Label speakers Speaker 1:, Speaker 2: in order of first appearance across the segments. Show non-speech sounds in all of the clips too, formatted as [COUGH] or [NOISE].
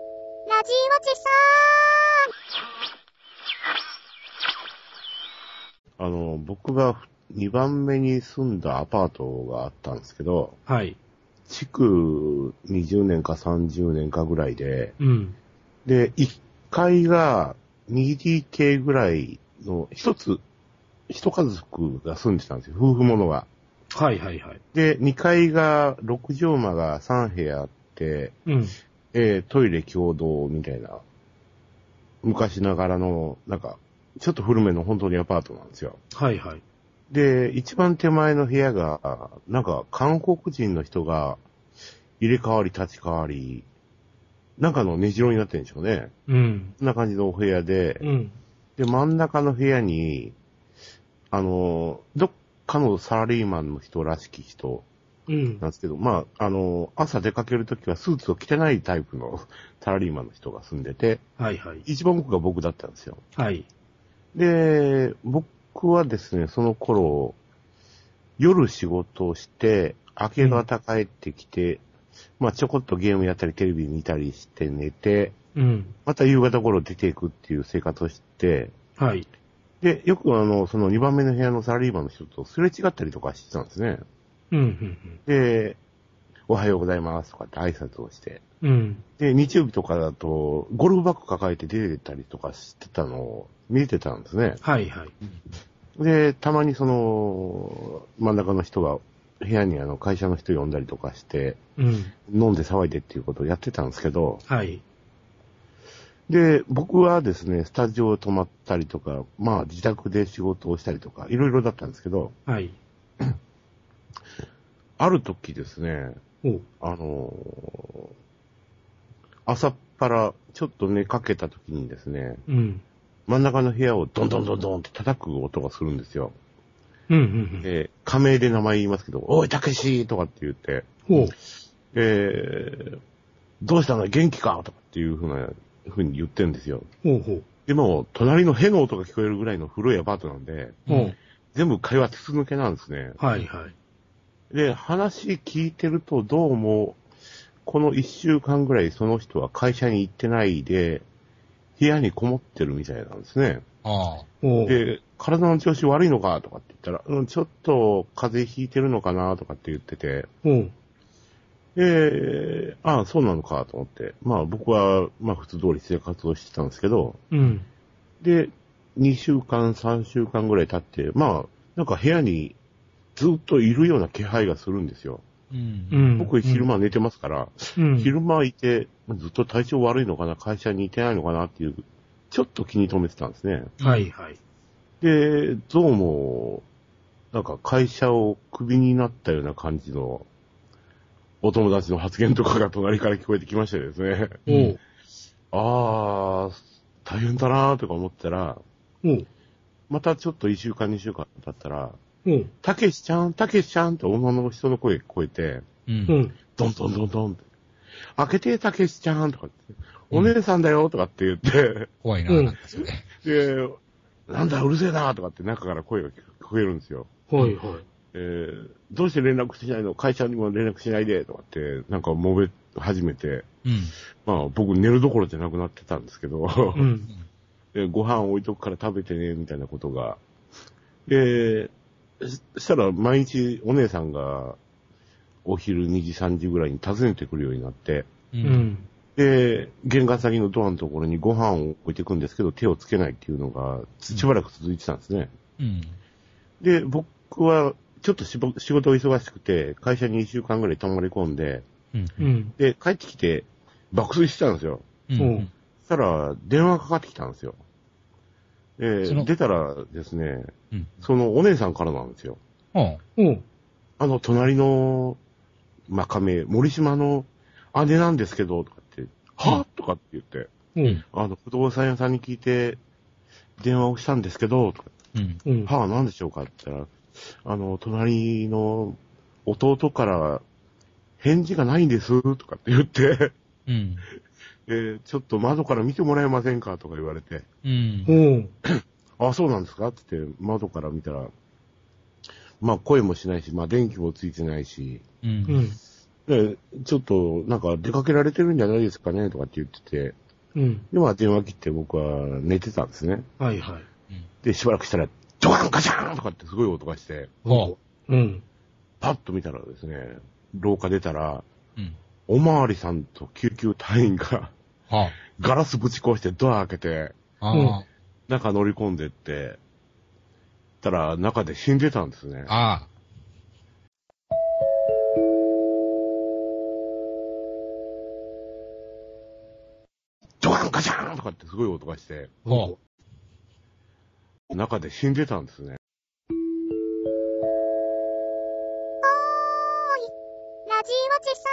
Speaker 1: じおじさ
Speaker 2: あの、僕が2番目に住んだアパートがあったんですけど、
Speaker 3: はい。
Speaker 2: 築20年か30年かぐらいで、
Speaker 3: うん。
Speaker 2: で、1階が 2DK ぐらいの一つ、一家族が住んでたんですよ、夫婦ものが。
Speaker 3: はいはいはい。
Speaker 2: で、2階が6畳間が3部屋あって、
Speaker 3: うん。
Speaker 2: えートイレ共同みたいな、昔ながらの、なんか、ちょっと古めの本当にアパートなんですよ。
Speaker 3: はいはい。
Speaker 2: で、一番手前の部屋が、なんか韓国人の人が入れ替わり立ち替わり、なんかの根城になってるんでしょうね。
Speaker 3: うん。
Speaker 2: そんな感じのお部屋で、
Speaker 3: うん。
Speaker 2: で、真ん中の部屋に、あの、どっかのサラリーマンの人らしき人
Speaker 3: うん
Speaker 2: な。んですけど、まあ、あの、朝出かけるときはスーツを着てないタイプのサラリーマンの人が住んでて、
Speaker 3: はいはい。
Speaker 2: 一番奥が僕だったんですよ。
Speaker 3: はい。
Speaker 2: で、僕はですね、その頃、夜仕事をして、明け方帰ってきて、まあちょこっとゲームやったりテレビ見たりして寝て、
Speaker 3: うん。
Speaker 2: また夕方頃出ていくっていう生活をして、
Speaker 3: はい。
Speaker 2: で、よくあの、その2番目の部屋のサラリーマンの人とすれ違ったりとかしてたんですね。
Speaker 3: うん。うん
Speaker 2: で、おはようございますとかって挨拶をして、
Speaker 3: うん。うん。
Speaker 2: で、日曜日とかだと、ゴルフバッグ抱えて出てたりとかしてたのを見てたんですね。
Speaker 3: はいはい。
Speaker 2: で、たまにその、真ん中の人が、部屋にあの、会社の人呼んだりとかして、
Speaker 3: うん。
Speaker 2: 飲んで騒いでっていうことをやってたんですけど、
Speaker 3: はい。
Speaker 2: で、僕はですね、スタジオを泊まったりとか、まあ自宅で仕事をしたりとか、いろいろだったんですけど、
Speaker 3: はい。
Speaker 2: ある時ですね、
Speaker 3: おう。
Speaker 2: あの朝っぱら、ちょっと寝かけた時にですね、
Speaker 3: うん。
Speaker 2: 真ん中の部屋をドンドンドンドンって叩く音がするんですよ。
Speaker 3: うん。うん。
Speaker 2: で、仮名で名前言いますけど、おい、たけしとかって言って、
Speaker 3: うん。おう。
Speaker 2: えー、どうしたの元気かとかっていうふうな、ふうに言ってるんですよ。
Speaker 3: ほうほう。
Speaker 2: でも、隣のヘの音が聞こえるぐらいの古いアパートなんで、
Speaker 3: おう。
Speaker 2: 全部会話筒抜けなんですね。
Speaker 3: はいはい。
Speaker 2: で、話聞いてると、どうも、この一週間ぐらいその人は会社に行ってないで、部屋にこもってるみたいなんですね。
Speaker 4: あ
Speaker 3: おう。
Speaker 2: で、体の調子悪いのかとかって言ったら、うん、ちょっと風邪ひいてるのかなとかって言ってて、
Speaker 3: おう。
Speaker 2: ええああ、そうなのかと思って。まあ僕は、まあ普通通り生活をしてたんですけど、
Speaker 3: うん。
Speaker 2: で、2週間、3週間ぐらい経って、まあ、なんか部屋にずっといるような気配がするんですよ。
Speaker 4: あ。うん
Speaker 3: う。ん。
Speaker 2: 僕昼間寝てますから、
Speaker 3: うん。
Speaker 2: 昼間いて、ずっと体調悪いのかな、会社にいてないのかなっていう、ちょっと気に留めてたんですね。
Speaker 3: はいはい。
Speaker 2: で、どうも、なんか会社をクビになったような感じの、お友達の発言とかが隣から聞こえてきましてですね。
Speaker 3: おう。
Speaker 2: あー、大変だなーとか思ったら、
Speaker 3: おう。
Speaker 2: またちょっと1週間2週間経ったら、
Speaker 3: おう。
Speaker 2: たけしちゃん、たけしちゃんって女の人の声が聞こえて、
Speaker 4: う。
Speaker 1: 嗯
Speaker 3: うんん。
Speaker 2: どんどんどんどんって、開けてたけしちゃんとかって、お姉さんだよとかって言って、
Speaker 4: 怖いな、
Speaker 3: うん
Speaker 4: なんかそれ。
Speaker 2: で、なんだうるせえなーとかって中から声が聞こえるんですよ。
Speaker 3: はいはい。
Speaker 2: えー、どうして連絡しないの会社にも連絡しないでとかって、なんか揉め始めて、
Speaker 4: うん。
Speaker 2: まあ僕寝るどころじゃなくなってたんですけど、 [LAUGHS]
Speaker 3: うん。
Speaker 2: でご飯置いとくから食べてね、みたいなことが。で、ししたら毎日お姉さんがお昼2時3時ぐらいに訪ねてくるようになって、
Speaker 4: う。
Speaker 1: 嗯
Speaker 3: うんん。
Speaker 2: で、玄関先のドアのところにご飯を置いていくんですけど、手をつけないっていうのがしばらく続いてたんですね。
Speaker 4: うん。
Speaker 2: で、僕はちょっとしぼ仕事が忙しくて、会社に1週間ぐらい泊まり込んで、
Speaker 1: 嗯
Speaker 4: うん。
Speaker 3: うん。
Speaker 2: で、帰ってきて爆睡してたんですよ。
Speaker 4: うん。
Speaker 1: 嗯
Speaker 4: うん。
Speaker 2: そしたら、電話かかってきたんですよ。で
Speaker 4: その、
Speaker 2: 出たらですね、
Speaker 4: う
Speaker 1: 嗯
Speaker 4: ん。
Speaker 2: そのお姉さんからなんですよ。
Speaker 4: うん。
Speaker 3: おう。
Speaker 2: あの、隣の、まあ、亀、森島の姉なんですけど、とかって、はとかって言って、
Speaker 3: おう。
Speaker 2: あの、不動産屋さんに聞いて、電話をしたんですけど、とか、
Speaker 1: 嗯
Speaker 4: うん。
Speaker 3: うん。
Speaker 2: はあ、なんでしょうかって言ったら、あの、隣の弟から、返事がないんです、とかって言って、 [LAUGHS]
Speaker 4: う
Speaker 1: 嗯
Speaker 4: ん。
Speaker 2: えちょっと窓から見てもらえませんかとか言われて、
Speaker 1: 哦嗯
Speaker 4: うん。
Speaker 3: おう。
Speaker 2: あ、そうなんですかって言って、窓から見たら、まあ声もしないし、まあ電気もついてないし、
Speaker 4: う。
Speaker 1: 嗯
Speaker 3: うんん。
Speaker 2: でちょっとなんか出かけられてるんじゃないですかねとかって言ってて、
Speaker 3: うん。
Speaker 2: で、まあ電話切って僕は寝てたんですね。
Speaker 3: はいはい。
Speaker 2: で、しばらくしたら、ドカンガシャーンとかってすごい音がして、
Speaker 1: ほ
Speaker 3: うん。
Speaker 2: パッと見たらですね、廊下出たら、
Speaker 1: う。うん。
Speaker 2: おまわりさんと救急隊員が [LAUGHS]
Speaker 1: は
Speaker 2: ガラスぶち壊してドア開けて、
Speaker 1: あ。
Speaker 3: うん
Speaker 1: あ
Speaker 2: 中乗り込んでって、たら中で死んでたんですね。
Speaker 1: あ。あ
Speaker 2: ドカンガシャーンとかってすごい音がして、
Speaker 1: あ。ほ
Speaker 2: 中で死んでたんですね。
Speaker 4: ラジオチさ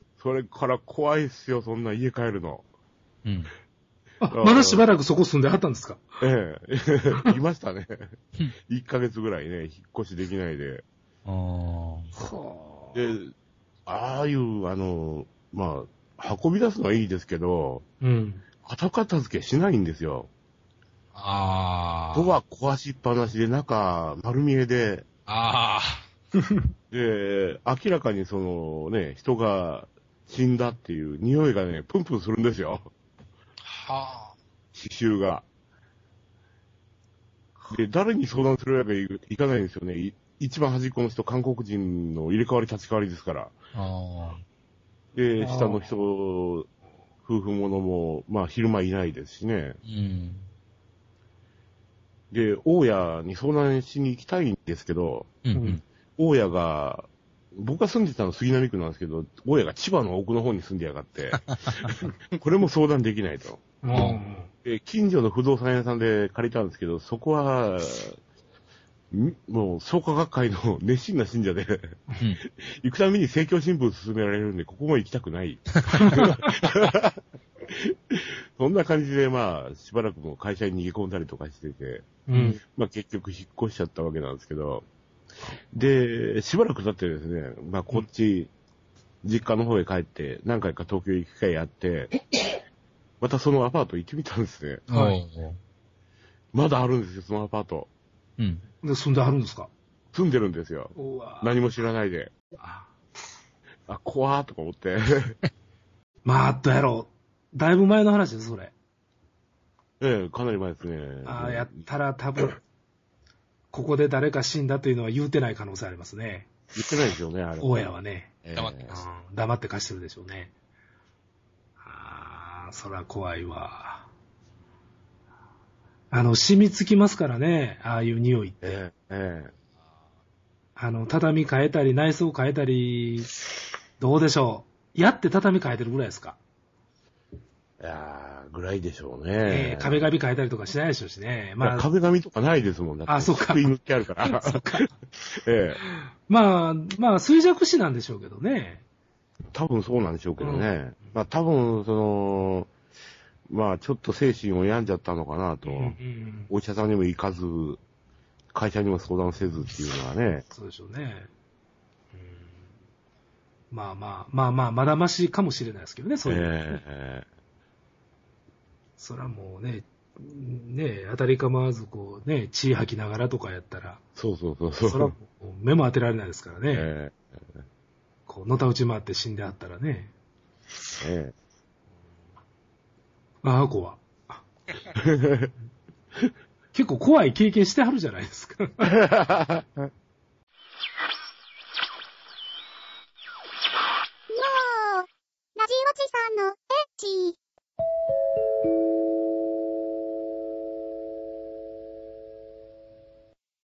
Speaker 4: ーん。
Speaker 2: それから怖いっすよ、そんな家帰るの。
Speaker 1: う。うん。
Speaker 3: あ、まだしばらくそこ住んではったんですか
Speaker 2: ええ、 [LAUGHS] いましたね。1ヶ月ぐらいね、引っ越しできないで。
Speaker 1: あ
Speaker 3: は
Speaker 2: で、ああいう、あの、まあ、運び出すのはいいですけど、
Speaker 3: うん。
Speaker 2: 片片付けしないんですよ。
Speaker 1: あ。ああ。
Speaker 2: ドア壊しっぱなしで、中、丸見えで、
Speaker 1: あ
Speaker 2: で、明らかにそのね、人が死んだっていう匂いがね、プンプンするんですよ。
Speaker 1: あ。はあ。
Speaker 2: 刺繍が。で、誰に相談するわけにいかないんですよね。い一番端っこの人、韓国人の入れ替わり立ち替わりですから。
Speaker 1: あ
Speaker 2: で、
Speaker 3: あー
Speaker 2: 下の人、夫婦ものも、まあ昼間いないですしね。
Speaker 1: ーうん。
Speaker 2: で、大家に相談しに行きたいんですけど、
Speaker 1: うん。う
Speaker 3: うんん。
Speaker 2: 大家が、僕が住んでたの杉並区なんですけど、大家が千葉の奥の方に住んでやがって、これも相談できないと。
Speaker 3: うん。
Speaker 2: で、近所の不動産屋さんで借りたんですけど、そこは、んもう創価学会の [LAUGHS] 熱心な信者で、
Speaker 1: うん
Speaker 2: 行くために政教新聞勧められるんで、ここも行きたくない。そんな感じで、まあ、しばらくもう会社に逃げ込んだりとかしてて、
Speaker 3: うん。
Speaker 2: まあ結局引っ越しちゃったわけなんですけど、で、しばらく経ってですね、まあこっち、実家の方へ帰って、何回か東京行く機会あって、またそのアパート行ってみたんですね。
Speaker 3: はい
Speaker 1: おー
Speaker 2: まだあるんですよ、そのアパート。
Speaker 1: うん。
Speaker 3: で、住んではるんですか
Speaker 2: 住んでるんですよ。
Speaker 3: うわ
Speaker 2: 何も知らないで。あ、怖ーとか思って。 [LAUGHS]
Speaker 3: まあ、あったやろ。だいぶ前の話です、それ。
Speaker 2: ええ、かなり前ですね。
Speaker 3: ああ、やったら多分、ここで誰か死んだというのは言うてない可能性ありますね。
Speaker 2: 言ってないですよね、あれ。
Speaker 3: 大家はね、
Speaker 2: ええ
Speaker 1: 黙ってます
Speaker 3: うん黙って貸してるでしょうね。ああ、そら怖いわ。あの、染みつきますからね、ああいう匂いって。
Speaker 2: ええ、ええ。
Speaker 3: あの、畳変えたり、内装変えたり、どうでしょう。やって畳変えてるぐらいですか。
Speaker 2: いやーぐらいでしょう
Speaker 3: え
Speaker 2: ね
Speaker 3: え。壁紙変えたりとかしないでしょうしね。
Speaker 2: ま
Speaker 3: ま
Speaker 2: あ、
Speaker 3: あ、
Speaker 2: 壁紙とかないですもんだって
Speaker 3: あそうか
Speaker 2: 机に塗ってある
Speaker 3: [LAUGHS]
Speaker 2: から。 [LAUGHS] ええ。
Speaker 3: まあ、まあ、衰弱死なんでしょうけどね。
Speaker 2: 多分そうなんでしょうけどね。まあ、多分、その、まあ、ちょっと精神を病んじゃったのかなと。
Speaker 3: うん
Speaker 2: お医者さんにも行かず、会社にも相談せずっていうのはね。
Speaker 3: そうでしょうね。うん、まあまあ、まあまあ、まだましかもしれないですけどね、そういう。
Speaker 2: ええ
Speaker 3: そらもうね、ね、当たり構わずこうね、血吐きながらとかやったら、
Speaker 2: そうそうそうそう。
Speaker 3: そらもう目も当てられないですからね。
Speaker 2: え
Speaker 3: こう、のたうち回って死んであったらね。
Speaker 2: ええ
Speaker 3: ああ、怖。 [LAUGHS] 結構怖い経験してはるじゃないですか。
Speaker 4: よー。ラジオチさんのエッチ。